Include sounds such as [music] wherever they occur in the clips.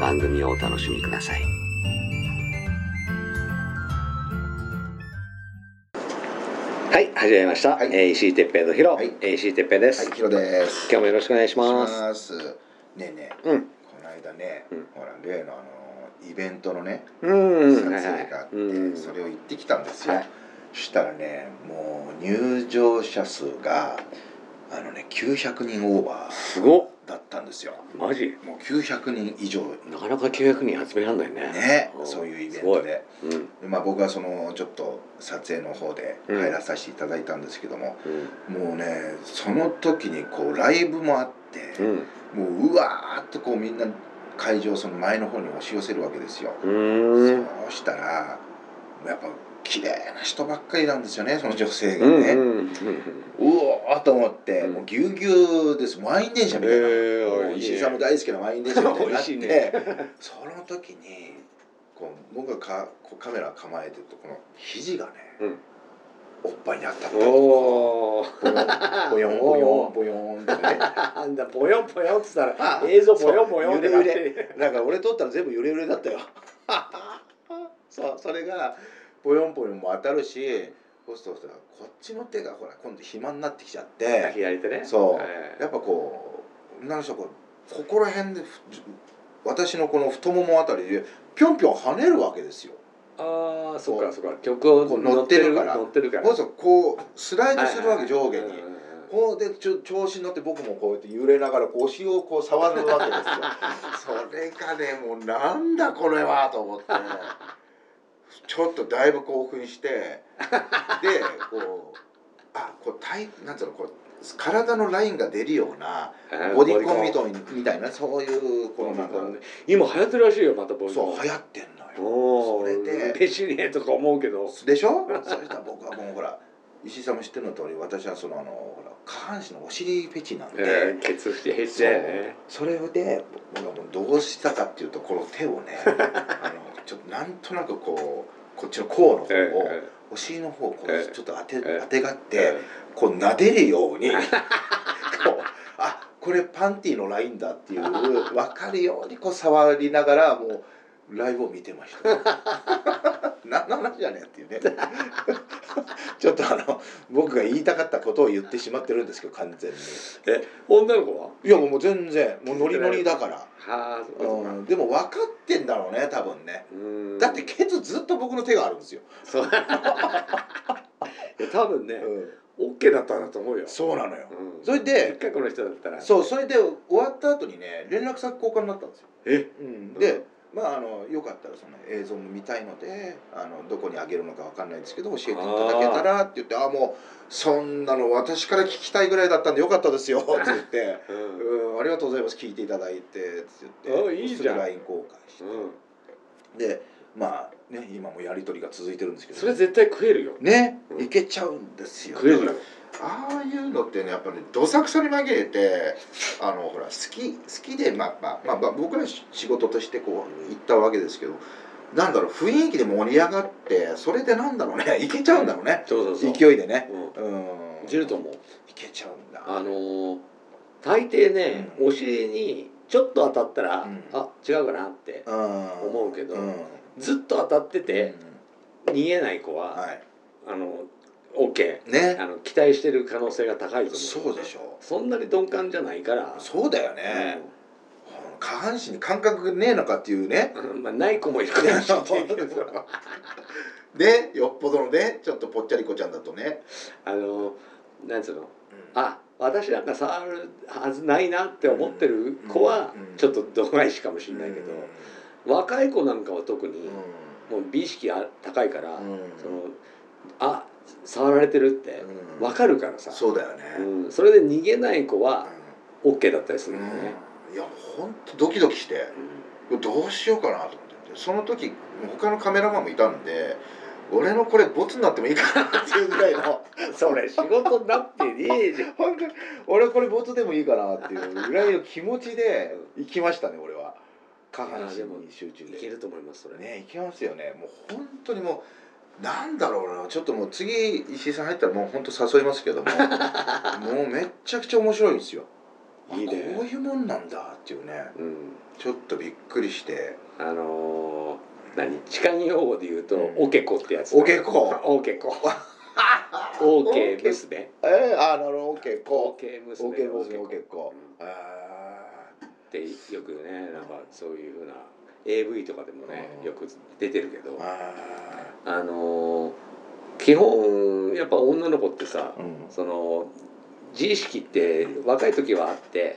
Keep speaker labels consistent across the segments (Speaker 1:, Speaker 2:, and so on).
Speaker 1: 番組をお楽しみください。はい、始めました。
Speaker 2: はい
Speaker 1: えー石井哲平のヒロ、
Speaker 2: はい
Speaker 1: えー石井哲平です、
Speaker 2: はい、ヒロです。
Speaker 1: 今日もよろしくお願いし
Speaker 2: お願
Speaker 1: ま
Speaker 2: い
Speaker 1: す。
Speaker 2: します。ねえねえ、
Speaker 1: うん
Speaker 2: この間ね、
Speaker 1: うん
Speaker 2: ほら例のあのイベントのね、
Speaker 1: うん、
Speaker 2: 撮影があって、
Speaker 1: うん、
Speaker 2: それを行ってきたんですよ。
Speaker 1: はい
Speaker 2: したらね、もう入場者数があのね900人オーバー
Speaker 1: すごっ
Speaker 2: だったんですよ。
Speaker 1: マジ
Speaker 2: もう900人以上ね、
Speaker 1: なかなか900人集めらんないねん
Speaker 2: そういうイベントで。
Speaker 1: すごいうん
Speaker 2: でまあ僕はそのちょっと撮影の方で入らさせていただいたんですけども、もうねその時にこうライブもあって。
Speaker 1: うん
Speaker 2: もううわーっとこうみんな会場その前の方に押し寄せるわけですよ、
Speaker 1: うんうん
Speaker 2: そうしたらやっぱ綺麗な人ばっかりなんですよねその女性が
Speaker 1: うん
Speaker 2: ね、う
Speaker 1: うん
Speaker 2: おーと思って、
Speaker 1: うん
Speaker 2: もうぎゅうぎゅうです満員電車みたいな、
Speaker 1: へー
Speaker 2: もう石井さんも大好きな満員電車みたいになって、
Speaker 1: [laughs] 美味しいね
Speaker 2: その時にこう僕がかこうカメラ構えてるとこの肘がね、
Speaker 1: うん
Speaker 2: おっぱいに当たった
Speaker 1: うん
Speaker 2: りと
Speaker 1: おお
Speaker 2: かボヨンボヨンボヨンってね
Speaker 3: なんだぽよんぽよんっつったら
Speaker 2: あ
Speaker 3: 映像ぽよんぽよんってなって
Speaker 2: そうなんか俺撮ったの全部揺れ揺れだったよ [laughs] そうそれがぽよんぽよんも当たるしそうするとさこっちの手がほら今度暇になってきちゃって
Speaker 3: 左手ね
Speaker 2: そう
Speaker 3: ええ
Speaker 2: やっぱこう女の人はこうここら辺でふ私のこの太ももあたりでぴょんぴょん跳ねるわけですよ
Speaker 3: ああそっ
Speaker 2: こ
Speaker 3: か
Speaker 2: う
Speaker 3: そっか曲を
Speaker 2: こう乗ってるから
Speaker 3: 乗ってるから
Speaker 2: そうするとこうスライドするわけ上下
Speaker 3: うん
Speaker 2: に
Speaker 3: うんうん
Speaker 2: こうでちょ調子に乗って僕もこうやって揺れながらこう腰をこう触るわけですよ [laughs] それがねもうなんだこれはと思ってちょっとだいぶ興奮してでこうあこう体なんつうのこう体のラインが出るような
Speaker 3: ええ
Speaker 2: ボディコンみたいなみたいなそういうこ
Speaker 3: ボ
Speaker 2: の
Speaker 3: デ
Speaker 2: なん
Speaker 3: ィ
Speaker 2: か
Speaker 3: コンね今流行ってるらしいよまたボディコン
Speaker 2: そう流行ってんのよ
Speaker 3: おお
Speaker 2: それで
Speaker 3: 嬉しいねとか思うけど
Speaker 2: でしょそしたら僕はもうほら石井さんも知ってるの通り私はそのあのほら下半身のお尻フェチなんで。
Speaker 3: ええケツして減っ
Speaker 2: そ
Speaker 3: ちゃうよ
Speaker 2: う
Speaker 3: ね
Speaker 2: それで僕はもうどうしたかっていうとこの手をね
Speaker 3: [laughs]
Speaker 2: あのちょっとなんとなくこうこっちの甲の方
Speaker 3: ええ
Speaker 2: をお尻の方をこ
Speaker 3: え
Speaker 2: う
Speaker 3: え
Speaker 2: ちょっと当て,、
Speaker 3: ええ
Speaker 2: 当てがって、
Speaker 3: え
Speaker 2: こう撫でるよう
Speaker 3: [laughs]
Speaker 2: にこうあこれパンティのラインだっていう分かるようにこう触りながらもうライブを見てました [laughs] 何の話やねんっていうね [laughs] ちょっとあの僕が言いたかったことを言ってしまってるんですけど完全に。
Speaker 3: ええ女の子はい
Speaker 2: やもう全然もうノリノリだから、
Speaker 3: はあそっかそっ
Speaker 2: う
Speaker 3: か
Speaker 2: ん、でも分かってんだろうね多分ね
Speaker 3: うん
Speaker 2: だってケツずっと僕の手があるんですよ、
Speaker 3: そういや多分ね
Speaker 2: うん、
Speaker 3: オッケーだったんだと思うよ
Speaker 2: そうなのよ
Speaker 3: うん
Speaker 2: それで
Speaker 3: 一回この人だったら
Speaker 2: そうそれで終わった後にね連絡先交換になったんですよ、
Speaker 3: え
Speaker 2: うん、
Speaker 3: うん
Speaker 2: で、まああのよかったらその映像も見たいのであのどこにあげるのか分かんないですけど教えていただけたらって言ってああもうそんなの私から聞きたいぐらいだったんでよかっ
Speaker 3: [laughs]
Speaker 2: たですよって言って。
Speaker 3: うん
Speaker 2: うん、ありがとうございます聞いていただいてって言っ
Speaker 3: あ
Speaker 2: て
Speaker 3: いいじゃん
Speaker 2: すぐ LINE 交換して、
Speaker 3: うん
Speaker 2: でまあね今もやり取りが続いてるんですけど
Speaker 3: それ絶対食えるよ
Speaker 2: ね
Speaker 3: うん
Speaker 2: いけちゃうんですよ
Speaker 3: 食える
Speaker 2: だ
Speaker 3: よ
Speaker 2: からああいうのってねやっぱりどさくさに紛れてあのほら好き好きでまあまあ、まあまあ、僕らし仕事としてこう行ったわけですけどなんだろう雰囲気で盛り上がってそれでなんだろうね [laughs] いけちゃうんだろうね
Speaker 3: そうそうそう
Speaker 2: 勢いでね
Speaker 3: うん
Speaker 2: うん
Speaker 3: いけると思う
Speaker 2: いけちゃうんだ
Speaker 3: あのー大抵ね、
Speaker 2: うん
Speaker 3: お尻にちょっと当たったら、
Speaker 2: うん
Speaker 3: あ違うかなって
Speaker 2: 思
Speaker 3: 思うけど
Speaker 2: うん、
Speaker 3: ずっと当たってて逃げない子は、
Speaker 2: は
Speaker 3: あの OK
Speaker 2: いね
Speaker 3: あの期待してる可能性が高いと思う
Speaker 2: そうでしょ
Speaker 3: そんなに鈍感じゃないから
Speaker 2: そうだよね、下半身に感覚ねえのかっていう
Speaker 3: [laughs]
Speaker 2: ね
Speaker 3: まあない子もいるかもしれないけど
Speaker 2: でよっぽどのねちょっとぽっちゃりこちゃんだとね、
Speaker 3: [laughs] あのなんつうのあ私なんか触るはずないなって思ってる子は
Speaker 2: うん
Speaker 3: ちょっと度外視かもしれないけど、若い子なんかは特
Speaker 2: う
Speaker 3: に
Speaker 2: ん
Speaker 3: もう美意識が高いから、
Speaker 2: うん
Speaker 3: そのあ触られてるって
Speaker 2: うん
Speaker 3: 分かるからさ、
Speaker 2: そうだよね、
Speaker 3: うん、それで逃げない子は OK だったりす
Speaker 2: う
Speaker 3: るんだよね。
Speaker 2: んいやほんとドキドキしてどうしようかなと思ってその時他のカメラマンもいたんで俺のこれボツになってもいいかなっていうぐらいの
Speaker 3: うんそれ仕事になってねえじゃん
Speaker 2: 本当に俺これボツでもいいかなっていうぐらいの気持ちで行きましたね俺は下半身に集中で
Speaker 3: いけると思いますそれ
Speaker 2: ね行きますよねもう本当にもうなんだろうなちょっともう次石井さん入ったらもう本当誘いますけ
Speaker 3: [laughs]
Speaker 2: どももうめっちゃくちゃ面白いんですよあ
Speaker 3: いいね
Speaker 2: こういうもんなんだっていうね
Speaker 3: うん
Speaker 2: ちょっとびっくりして
Speaker 3: あのー何痴漢用語で言うと、
Speaker 2: うん
Speaker 3: おけこってやつ
Speaker 2: おけこ
Speaker 3: おけ [laughs] こおけ娘
Speaker 2: えー、あなるほど OK
Speaker 3: お
Speaker 2: こう
Speaker 3: け娘
Speaker 2: OK こう OK
Speaker 3: こ
Speaker 2: こ
Speaker 3: うん
Speaker 2: うあ
Speaker 3: ってよくねなんかそういうふうな AV とかでもね
Speaker 2: うん
Speaker 3: よく出てるけど
Speaker 2: ーあ
Speaker 3: あのー基本やっぱ女の子ってさ
Speaker 2: ーうん
Speaker 3: その自意識って若い時はあって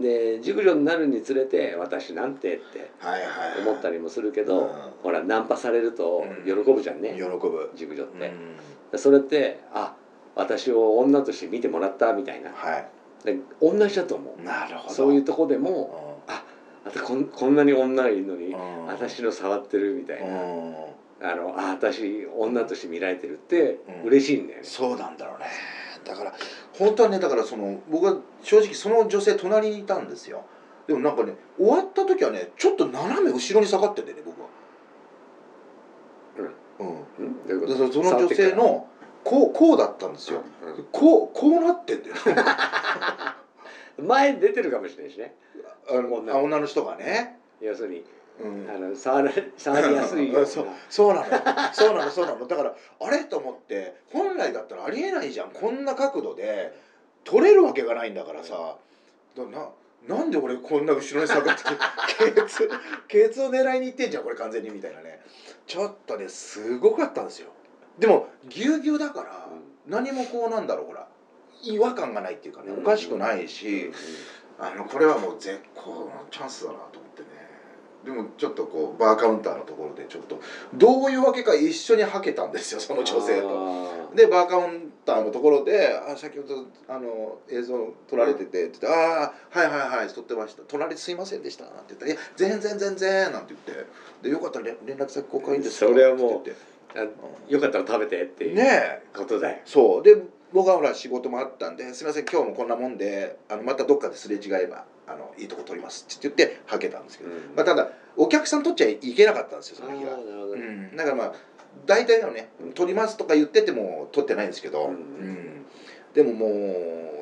Speaker 3: で熟女になるにつれて私なんてって
Speaker 2: はいはいはい
Speaker 3: 思った
Speaker 2: り
Speaker 3: りもするけ
Speaker 2: うん
Speaker 3: どほらナンパされると喜ぶじゃんね
Speaker 2: 喜ぶ
Speaker 3: 熟女っ
Speaker 2: う
Speaker 3: て
Speaker 2: ん
Speaker 3: それってあ私を女として見てもらったみたいな
Speaker 2: は
Speaker 3: で同じだと思う
Speaker 2: いなるほど
Speaker 3: そういううとこでもあこんこんなに女いるのに
Speaker 2: ん
Speaker 3: 私の触ってるみたいうな、
Speaker 2: ん
Speaker 3: あのあ私女として見られてるって
Speaker 2: うん
Speaker 3: 嬉しいんだよね、
Speaker 2: そうなんだろうねだから本当はねだからその僕は正直その女性隣にいたんですよでもなんかね終わった時はねちょっと斜め後ろに下がっててね僕はうん、
Speaker 3: うんどういうこ
Speaker 2: で
Speaker 3: と
Speaker 2: その女性のこうこうだったんです
Speaker 3: 触っ
Speaker 2: よ
Speaker 3: てっから
Speaker 2: こうこうなってんだよ
Speaker 3: うん前出てるかもしれないしね
Speaker 2: あの
Speaker 3: 女
Speaker 2: 女女の人がね、
Speaker 3: 要するに
Speaker 2: うん
Speaker 3: あの触ら触りやすいような
Speaker 2: [laughs] そうそうなのよそうなのそうなのだからあれと思って本来だったらありえないじゃんこんな角度で取れるわけがないんだからさだななんで俺こんな後ろに下がってケツケツを狙いに行ってんじゃんこれ完全にみたいなねちょっとねすごかったんですよでもぎゅうぎゅうだから何もこうなんだろうほら違和感がないっていうかねおかしくないし、あのこれはもう絶好のチャンスだなと思ってねでもちょっとこうバーカウンターのところでちょっとどういうわけか一緒にはけた
Speaker 3: [laughs]
Speaker 2: んですよその女性と。
Speaker 3: と
Speaker 2: でバーカウンターのところで「あ先ほどあの映像撮られてて」って言って「ああはいはいはい撮ってました隣すいませんでした」なんて言ったら「いや全然全然」なんて言って「でよかったら連連絡先公開いいんです
Speaker 3: そ
Speaker 2: か?」
Speaker 3: れはもう
Speaker 2: って
Speaker 3: あ
Speaker 2: 言って
Speaker 3: よかったら食べてって
Speaker 2: うん
Speaker 3: いう
Speaker 2: ねえ
Speaker 3: ことだよ、
Speaker 2: そうで僕はほら仕事もあったんで「すみません今日もこんなもんであのまたどっかですれ違えばあのいいとこ取ります」って言ってはけたんですけど、
Speaker 3: うん
Speaker 2: まあ、ただお客さん取っちゃいけなかったんですよ
Speaker 3: あ
Speaker 2: そ
Speaker 3: ー
Speaker 2: の日
Speaker 3: な
Speaker 2: が
Speaker 3: る、ほど
Speaker 2: う
Speaker 3: ね
Speaker 2: ん、だからまあ大体のね「取ります」とか言ってても取ってないんですけど、
Speaker 3: う
Speaker 2: うんんでもも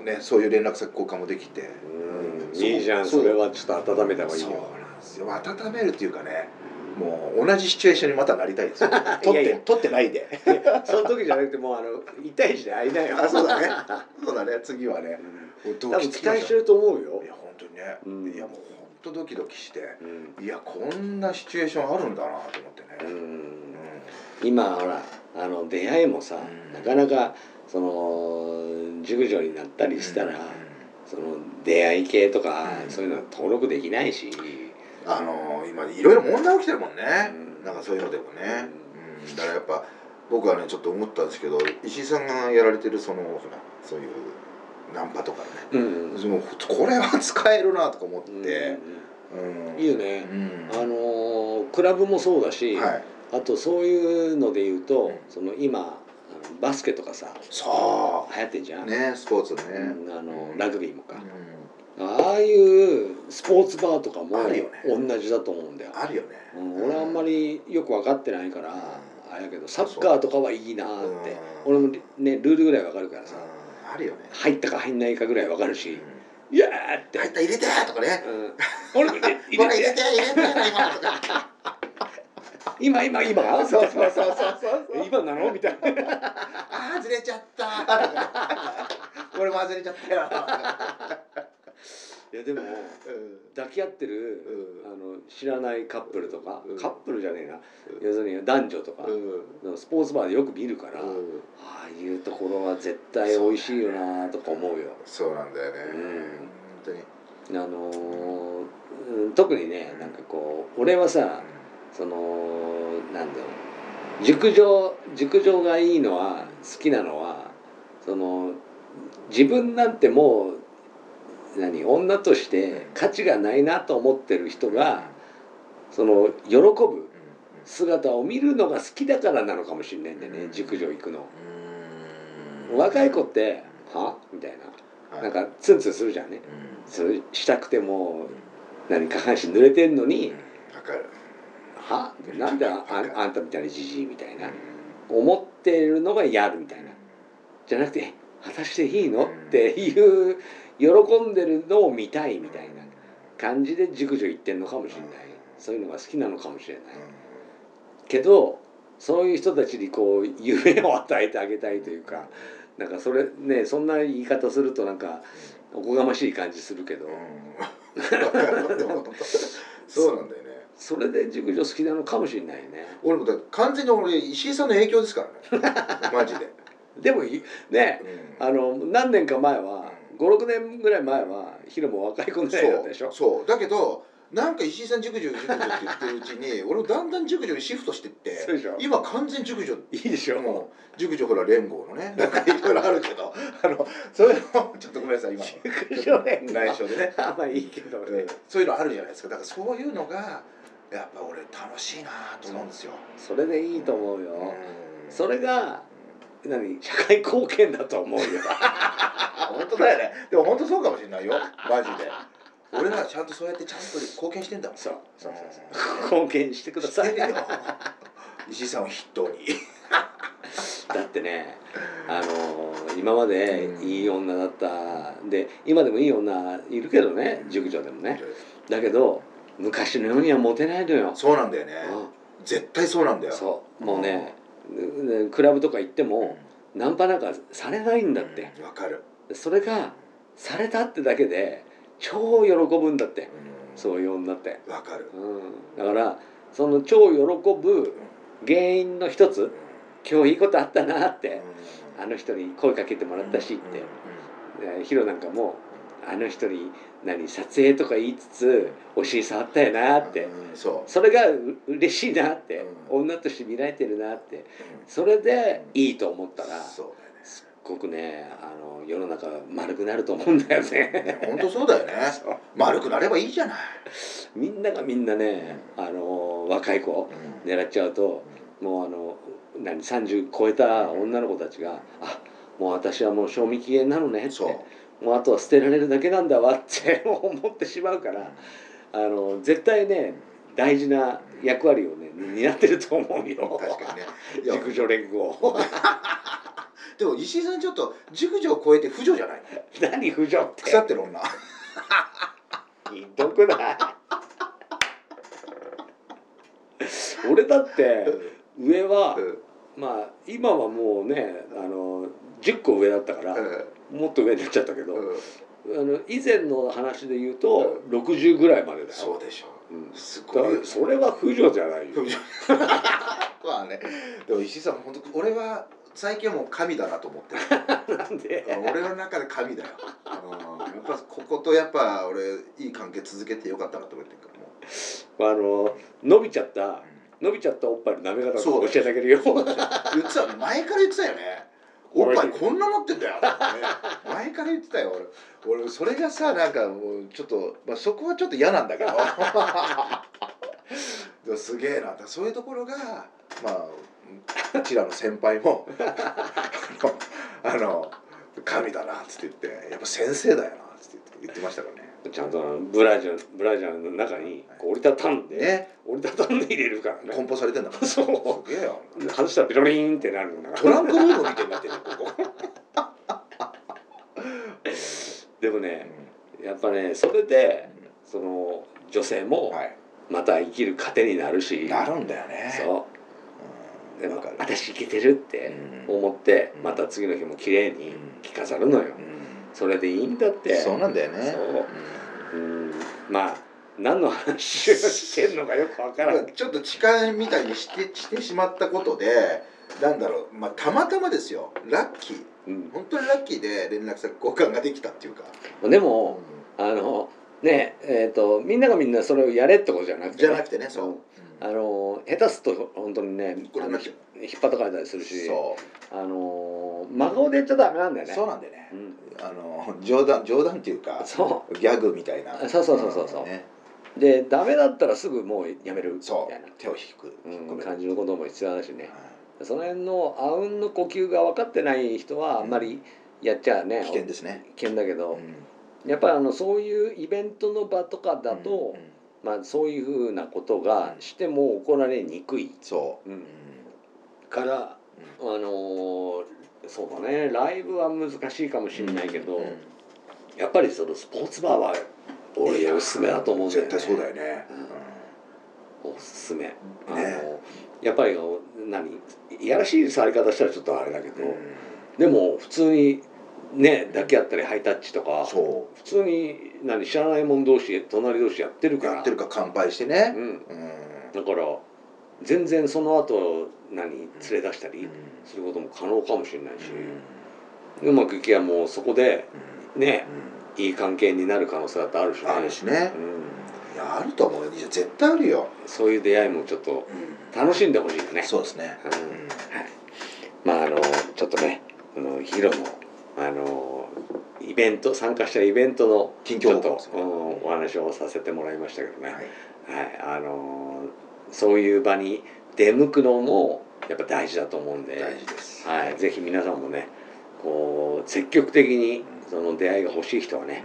Speaker 2: うねそういう連絡先交換もできて、
Speaker 3: うんいいじゃんそれはちょっと温めた方がいいよ
Speaker 2: そうなんですよ温めるっていうかねもう同じシチュエーションにまたなりた
Speaker 3: [laughs]
Speaker 2: いですよ取って
Speaker 3: いやいや
Speaker 2: 取ってないで
Speaker 3: [laughs] その時じゃなくてもうあの1対1で会いなよ
Speaker 2: あそうだね [laughs] そうだね次はね
Speaker 3: うん
Speaker 2: 多
Speaker 3: 多分期待してると思うよ
Speaker 2: いや本当にね、
Speaker 3: うん
Speaker 2: いやもう本当ドキドキして
Speaker 3: うん
Speaker 2: いやこんなシチュエーションあるんだなと思ってね、
Speaker 3: う
Speaker 2: うん
Speaker 3: ん今ほらあの出会いもさ、
Speaker 2: うん
Speaker 3: なかなかその熟女になったりしたら、その出会い系とか、
Speaker 2: うん
Speaker 3: そういうのは登録できないし、
Speaker 2: あの今いろいろ問題起きてるもんね、
Speaker 3: うん
Speaker 2: なんかそういうのでもね、うんだからやっぱ僕はねちょっと思ったんですけど石井さんがやられてるそのほらそういうナンパとかね、
Speaker 3: うん
Speaker 2: でもこれは使えるなとか思っ
Speaker 3: うん
Speaker 2: て、うん
Speaker 3: いいよね、
Speaker 2: うん
Speaker 3: あのークラブもそうだし、
Speaker 2: はい、
Speaker 3: あとそういうので言うと、
Speaker 2: うん
Speaker 3: その今あのバスケとかさ
Speaker 2: さ
Speaker 3: 流行ってんじゃ
Speaker 2: あ
Speaker 3: ん、
Speaker 2: ねスポーツね、
Speaker 3: うんあのラグビーもか、
Speaker 2: うん
Speaker 3: ああいうスポーツバーとかも
Speaker 2: あるよね
Speaker 3: 同じだと思うんだよ、
Speaker 2: あるよね、
Speaker 3: うん、俺あんまりよく分かってないから、
Speaker 2: うん
Speaker 3: あれやけどサッカーとかはいいなーって、
Speaker 2: うん
Speaker 3: 俺もねルールぐらい分かるからさ、
Speaker 2: うんあるよね、
Speaker 3: 入ったか入んないかぐらい分かるし、
Speaker 2: う
Speaker 3: イエーって
Speaker 2: ん、入った入れてとかね
Speaker 3: うん、俺も入
Speaker 2: [laughs]
Speaker 3: れ
Speaker 2: ほ
Speaker 3: 入
Speaker 2: ら
Speaker 3: れ
Speaker 2: 入れ
Speaker 3: て
Speaker 2: て入れて今とか
Speaker 3: 今今今
Speaker 2: [laughs] そうそうそうそうそう
Speaker 3: [laughs] 今なのみたいな
Speaker 2: [laughs] あーず [laughs] れちゃったとか俺も外れちゃったよ
Speaker 3: いやでも
Speaker 2: うん
Speaker 3: 抱き合ってる
Speaker 2: うん
Speaker 3: あの知らないカップルとか、
Speaker 2: うん
Speaker 3: カップルじゃねえな、
Speaker 2: うん
Speaker 3: 要するに男女とか、
Speaker 2: うん
Speaker 3: スポーツバーでよく見るから、
Speaker 2: うん
Speaker 3: ああいうところは絶対美味しいよなとか思うよ。
Speaker 2: そうなんだよね、
Speaker 3: うん
Speaker 2: 本当に
Speaker 3: あのーうん特にねなんかこう俺はさそのなんだろう熟女熟女がいいのは好きなのはその自分なんてもう何女として価値がないなと思ってる人がその喜ぶ姿を見るのが好きだからなのかもしれないんだよね熟女行くの。
Speaker 2: うん
Speaker 3: 若い子って「はみたいな
Speaker 2: はい
Speaker 3: なんかツンツンするじゃんね。
Speaker 2: うん
Speaker 3: それしたくても何下半身濡れてんのに
Speaker 2: わかる
Speaker 3: はなんであああんたみたいなじじいみたいな思ってるのがやるみたいなじゃなくてえ果たしていいのっていう喜んでるのを見たいみたいな感じで熟女行ってんのかもしれないそういうのが好きなのかもしれないけどそういう人たちにこう夢を与えてあげたいというかなんかそれねそんな言い方するとなんかおこがましい感じするけど
Speaker 2: うんわかる本当そうなんだよね
Speaker 3: それで熟女好きなのかもしれないよね。
Speaker 2: 俺もだって完全に俺石井さんの影響ですからねマジで、
Speaker 3: でもいね
Speaker 2: うん
Speaker 3: あの何年か前は
Speaker 2: うん
Speaker 3: 56年ぐらい前はヒロも若い子ぐらいだったでし
Speaker 2: そ
Speaker 3: ょ
Speaker 2: うそうだけどなんか石井さん熟女熟女って言ってるうちに俺もだんだん熟女にシフトしてって
Speaker 3: そうでしょ
Speaker 2: 今完全熟女
Speaker 3: いいでしょ
Speaker 2: もう熟女ほら連合の [laughs] ねなんかいろいろあるけどあのそういうのちょっとごめんなさい今の
Speaker 3: 熟女連合
Speaker 2: 内緒でね、
Speaker 3: あまあいいけど
Speaker 2: う
Speaker 3: ね
Speaker 2: んそういうのあるじゃないですかだからそういうのがやっぱ俺楽しいなと思うんですよ、
Speaker 3: それでいいと思うよ
Speaker 2: うん
Speaker 3: それが何社会貢献だと思うよ
Speaker 2: あ本当だよねでも本当そうかもしれないよマジで俺らちゃんとそうやってちゃんと貢献してんだも
Speaker 3: [laughs]
Speaker 2: ん
Speaker 3: そうそう
Speaker 2: う
Speaker 3: そ
Speaker 2: ん
Speaker 3: う貢献してくだ [laughs] さいだ
Speaker 2: 石井さんを筆頭に
Speaker 3: ってねあの今までいい女だったで今でもいい女いるけどね熟女でもねだけど昔のようにはモテないのよ
Speaker 2: そうなんだよね
Speaker 3: うん
Speaker 2: 絶対そうなんだよ
Speaker 3: そうもうね、ねクラブとか行ってもナンパなんかされないんだって
Speaker 2: うんわかる
Speaker 3: それがされたってだけで超喜ぶんだって
Speaker 2: う
Speaker 3: そういう女って、
Speaker 2: んわかる
Speaker 3: うん、だからその超喜ぶ原因の一
Speaker 2: う
Speaker 3: つ
Speaker 2: ん
Speaker 3: 今日いいことあったなって
Speaker 2: うん
Speaker 3: あの人に声かけてもらったしっ
Speaker 2: うん
Speaker 3: てでヒロなんかもあの人に何撮影とか言いつつお尻触ったよなって
Speaker 2: うんそ
Speaker 3: それがう嬉しいなって
Speaker 2: う
Speaker 3: 女として見られてるなって
Speaker 2: う
Speaker 3: それでいいと思ったらすっ
Speaker 2: そう
Speaker 3: ごくねあの世の中丸くなると思うんだよ
Speaker 2: だよ
Speaker 3: ね。
Speaker 2: [laughs] ね本当そうだよね
Speaker 3: [laughs] そう
Speaker 2: 丸くなればいいじゃない
Speaker 3: みんながみんなねあの若い子を
Speaker 2: うん
Speaker 3: 狙っちゃうともうあの何30超えた女の子たちが「あもう私はもう賞味期限なのね」って
Speaker 2: そう
Speaker 3: もうあとは捨てられるだけなんだわって [laughs] 思ってしまうからあの絶対ね大事な役割をね担ってると思うよ
Speaker 2: 確かにねいや
Speaker 3: [laughs] 熟女連合 [laughs]
Speaker 2: でも石井さんちょっと熟女を超えて腐女じゃない
Speaker 3: 何不条って
Speaker 2: 腐ってる女
Speaker 3: ひどくない [laughs] 俺だって上は、まあ今はもうねあの10個上だったから、もっと上になっちゃったけど、あの以前の話で言うと、60ぐらいまでだよ
Speaker 2: そうでしょ
Speaker 3: うん
Speaker 2: す
Speaker 3: だ
Speaker 2: ご
Speaker 3: か
Speaker 2: い
Speaker 3: らそ
Speaker 2: [laughs]
Speaker 3: れは不女じゃないよ、
Speaker 2: まあねでも石井さん本当俺は最近はもう神だなと思って
Speaker 3: [laughs]
Speaker 2: る
Speaker 3: なんで
Speaker 2: 俺の中で神だよ、うん、やっぱこことやっぱ俺いい関係続けてよかったなと思ってるからもう
Speaker 3: あの伸びちゃった伸びちゃったおっぱいの舐め方を教えてあげる
Speaker 2: [laughs]
Speaker 3: よ
Speaker 2: 言ってた前から言ってたよねおっぱいこんな持ってんだよ、ね、前から言ってたよ俺俺それがさなんかもうちょっと、まあ、そこはちょっと嫌なんだけどでもすげえなってそういうところがまあうちらの先輩もあのあの神だなっつって言ってやっぱ先生だよなっつって言って言ってましたからね
Speaker 3: ちゃんとあのブラジャーブラジャーの中にこう折りたたんで、
Speaker 2: ね
Speaker 3: 折りたたんで入れるからね
Speaker 2: 梱包されてんだから
Speaker 3: そう
Speaker 2: すげえよ
Speaker 3: 外したらピロリンってなるの
Speaker 2: ト
Speaker 3: が
Speaker 2: ランクルームみたいになってるよここ、
Speaker 3: [laughs] でもねやっぱねそれでその女性も
Speaker 2: はい
Speaker 3: また生きる糧になるし、
Speaker 2: なるんだよね
Speaker 3: そう
Speaker 2: う
Speaker 3: で
Speaker 2: ん
Speaker 3: も
Speaker 2: わかる
Speaker 3: 私いけてるって思って
Speaker 2: うん
Speaker 3: また次の日も綺麗に着飾るのよ
Speaker 2: うん
Speaker 3: それでいいんだって
Speaker 2: そうなんだよね
Speaker 3: そうまあ何の話をしてんのかよくわからん
Speaker 2: ちょっと痴漢みたいにしてしてしまったことでなんだろう、まあ、たまたまですよラッキー
Speaker 3: うん
Speaker 2: 本当にラッキーで連絡先交換ができたっていうか、
Speaker 3: でもあのねえー、とみんながみんなそれをやれってことじゃなくて
Speaker 2: じ
Speaker 3: ね、
Speaker 2: ゃなくてねそう、
Speaker 3: あの下手すと本当にね
Speaker 2: これ
Speaker 3: あ
Speaker 2: な
Speaker 3: の
Speaker 2: っ
Speaker 3: ひ
Speaker 2: ちゃ
Speaker 3: 引っぱたかれたりするし
Speaker 2: そ
Speaker 3: あの真顔で言っちゃダメなんだ
Speaker 2: う
Speaker 3: よね
Speaker 2: そうなんでね、
Speaker 3: うん
Speaker 2: あの冗談冗談っていうか
Speaker 3: そ
Speaker 2: ギャグみたいな
Speaker 3: そうそうそうそうそうん
Speaker 2: ね、
Speaker 3: うでダメだったらすぐもうやめるみた
Speaker 2: そ
Speaker 3: いな
Speaker 2: う手を引く、引っ込
Speaker 3: うん、
Speaker 2: める
Speaker 3: 感じのことも必要だしね
Speaker 2: は
Speaker 3: その辺のあうんの呼吸が分かってない人はあんまりやっちゃね
Speaker 2: い危険ですね、
Speaker 3: 危険だけ
Speaker 2: う
Speaker 3: ど、
Speaker 2: ん
Speaker 3: やっぱりあのそういうイベントの場とかだと、
Speaker 2: うんうん
Speaker 3: まあ、そういうふうなことがしても怒られにくい
Speaker 2: そう、
Speaker 3: うん
Speaker 2: うん
Speaker 3: から、あのーそうだねライブは難しいかもしれないけど、
Speaker 2: うん
Speaker 3: やっぱりそのスポーツバーは俺おすすめだと思うんだよね。
Speaker 2: 絶対そうだよね、
Speaker 3: う
Speaker 2: うんん
Speaker 3: おすすめ、あ
Speaker 2: ね
Speaker 3: のやっぱりあの何いやらしい触り方したらちょっとあれだけど、
Speaker 2: うん
Speaker 3: でも普通にね抱き合ったりハイタッチとか
Speaker 2: そ
Speaker 3: 普通に何知らない者同士隣同士やってる
Speaker 2: う
Speaker 3: から
Speaker 2: やってるから乾杯してね、
Speaker 3: うん、
Speaker 2: うん
Speaker 3: だから全然その後何連れ出したりすることも可能かもしれないし、うまくいけばもうそこでねいい関係になる可能性だってあるしね
Speaker 2: あるしね
Speaker 3: う、ん、
Speaker 2: いやあると思うよいや絶対あるよ、
Speaker 3: そういう出会いもちょっと楽しんでほしいよね。
Speaker 2: そうですね、
Speaker 3: うんはい、まああのちょっとねあのヒロのあのイベント参加したイベントの
Speaker 2: 近
Speaker 3: ち
Speaker 2: 況
Speaker 3: ょ
Speaker 2: 報
Speaker 3: っと
Speaker 2: 告ですね
Speaker 3: うんお話をさせてもらいましたけどね、
Speaker 2: は
Speaker 3: はいいあのそういう場に出向くのもやっぱ大事だと思うんで、
Speaker 2: 大事です、
Speaker 3: はい、ぜひ皆さんもねこう積極的に
Speaker 2: うん
Speaker 3: その出会いが欲しい人はね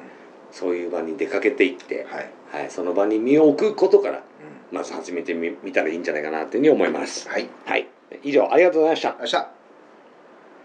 Speaker 3: そういう場に出かけていって、
Speaker 2: はい、
Speaker 3: はい、その場に身を置くことから
Speaker 2: うん
Speaker 3: まず始めてみ見たらいいんじゃないかなというふうに思います。
Speaker 2: はい
Speaker 3: はい、以上ありがとうございました。
Speaker 2: 明日